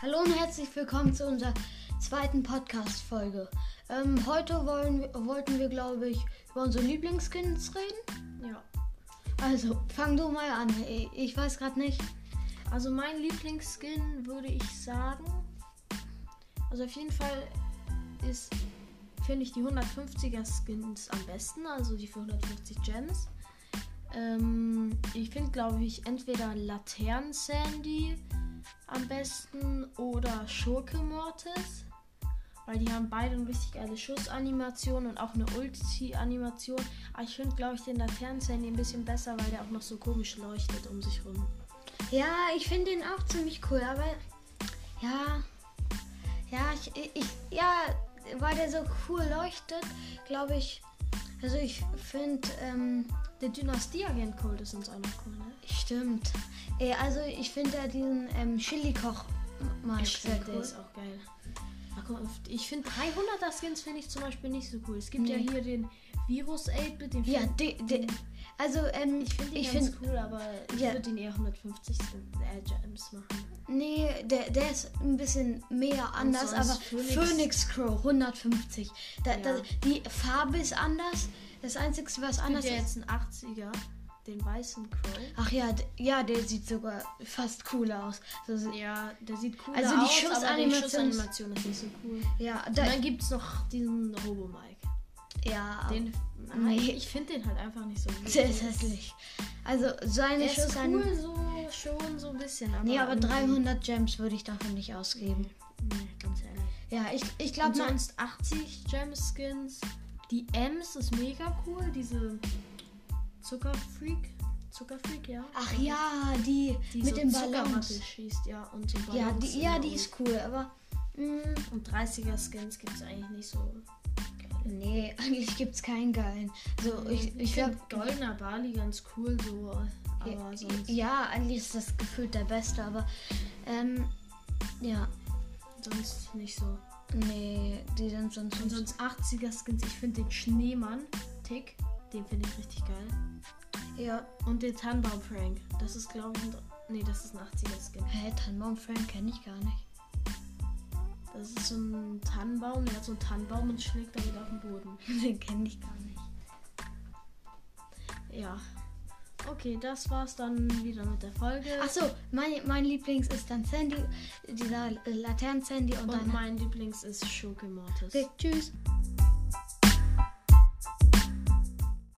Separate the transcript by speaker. Speaker 1: Hallo und herzlich willkommen zu unserer zweiten Podcast-Folge. Ähm, heute wollen, wir- wollten wir, glaube ich, über unsere Lieblingsskins reden.
Speaker 2: Ja.
Speaker 1: Also, fang du mal an. I- Ich weiß gerade nicht.
Speaker 2: Also mein Lieblingsskin würde ich sagen. Also auf jeden Fall ist, finde ich, die 150er Skins am besten, also die für 150 Gems. Ähm, ich finde, glaube ich, entweder Laternen Sandy am besten oder Schurke Mortis. Weil die haben beide eine richtig geile Schussanimation und auch eine Ulti-Animation. Aber ich finde, glaube ich, den Laternen Sandy ein bisschen besser, weil der auch noch so komisch leuchtet um sich rum.
Speaker 1: Ja, ich finde ihn auch ziemlich cool, aber ja, ja, ich, ich- ich, ja, weil der so cool leuchtet, glaube ich. Also ich finde, ähm,
Speaker 2: Der Dynastieagent Cold ist uns auch noch cool, ne?
Speaker 1: stimmt. Äh, also ich finde ja diesen ähm, Chili-Koch m- mal sehr
Speaker 2: Ah, der
Speaker 1: cool.
Speaker 2: ist auch geil. Ach, guck mal, Ich finde 300er Skins finde ich zum Beispiel nicht so cool. Es gibt ja
Speaker 1: Nee.
Speaker 2: hier den Virus 8-Bit, den
Speaker 1: Ja,
Speaker 2: find-
Speaker 1: de, de, also ähm,
Speaker 2: ich finde den
Speaker 1: ich
Speaker 2: ganz
Speaker 1: find,
Speaker 2: cool, aber ich
Speaker 1: Ja.
Speaker 2: würde ihn eher 150 Skins, äh, Gems machen.
Speaker 1: nee, der, der ist ein bisschen mehr anders,
Speaker 2: sonst
Speaker 1: aber
Speaker 2: Phoenix.
Speaker 1: Phoenix, Crow 150. Da, da,
Speaker 2: Ja.
Speaker 1: die Farbe ist anders. Das Einzige,
Speaker 2: Anders
Speaker 1: was anders
Speaker 2: ja
Speaker 1: ist,
Speaker 2: jetzt ein 80er, den weißen Crow.
Speaker 1: Ach ja, d- ja, der sieht sogar fast cooler aus. Also,
Speaker 2: Ja, der sieht cool
Speaker 1: Also die
Speaker 2: aus, aber die
Speaker 1: Schussanimation ist-
Speaker 2: Schussanimation ist nicht so cool.
Speaker 1: ja,
Speaker 2: Und
Speaker 1: da,
Speaker 2: dann gibt es noch diesen Robo-Mike.
Speaker 1: ja,
Speaker 2: Den,
Speaker 1: Nee.
Speaker 2: ich, ich finde den halt einfach nicht so gut.
Speaker 1: der ist hässlich. Also
Speaker 2: Der
Speaker 1: seine
Speaker 2: ist
Speaker 1: Schuss an.
Speaker 2: cool, so, schon so ein bisschen. Aber
Speaker 1: Nee, aber
Speaker 2: irgendwie-
Speaker 1: 300 Gems würde ich dafür nicht ausgeben.
Speaker 2: Nee, ganz ehrlich.
Speaker 1: Ja, ich, ich
Speaker 2: Und
Speaker 1: glaube, man.
Speaker 2: sonst 80 Gem-Skins. Die Ems ist mega cool, diese Zuckerfreak. Zuckerfreak, ja.
Speaker 1: Ach ja, die,
Speaker 2: Die
Speaker 1: mit
Speaker 2: so
Speaker 1: dem
Speaker 2: Zuckerwatte
Speaker 1: Ballons.
Speaker 2: schießt, ja. Und so
Speaker 1: Ja,
Speaker 2: Ballons
Speaker 1: die, ja,
Speaker 2: immer
Speaker 1: die
Speaker 2: um.
Speaker 1: ist cool, aber. mm,
Speaker 2: Und 30er-Skins gibt es eigentlich nicht so.
Speaker 1: Nee, eigentlich gibt's keinen geilen. So, ich, ich glaube.
Speaker 2: finde Goldener Bali ganz cool, so. Aber sonst,
Speaker 1: Ja, eigentlich ist das gefühlt der beste, aber. Ähm, ja,
Speaker 2: sonst nicht so.
Speaker 1: nee, die sind sonst.
Speaker 2: Und sonst 80er-Skins, ich finde den Schneemann, Tick, den finde ich richtig geil.
Speaker 1: Ja,
Speaker 2: Und den Tannenbaum-Prank. Das ist, glaube ich, ein. Nee, das ist ein 80er-Skin.
Speaker 1: Hä, Tannenbaum Frank kenne ich gar nicht.
Speaker 2: Das ist so ein Tannenbaum, der hat so einen Tannenbaum und schlägt damit auf den Boden.
Speaker 1: Den kenne ich gar nicht.
Speaker 2: Ja. Okay, das war's dann wieder mit der Folge.
Speaker 1: Achso, mein, mein Lieblings ist dann Sandy, dieser Laternen-Sandy und,
Speaker 2: und
Speaker 1: dann.
Speaker 2: mein Lieblings ist Schoke Mortis.
Speaker 1: Okay, tschüss.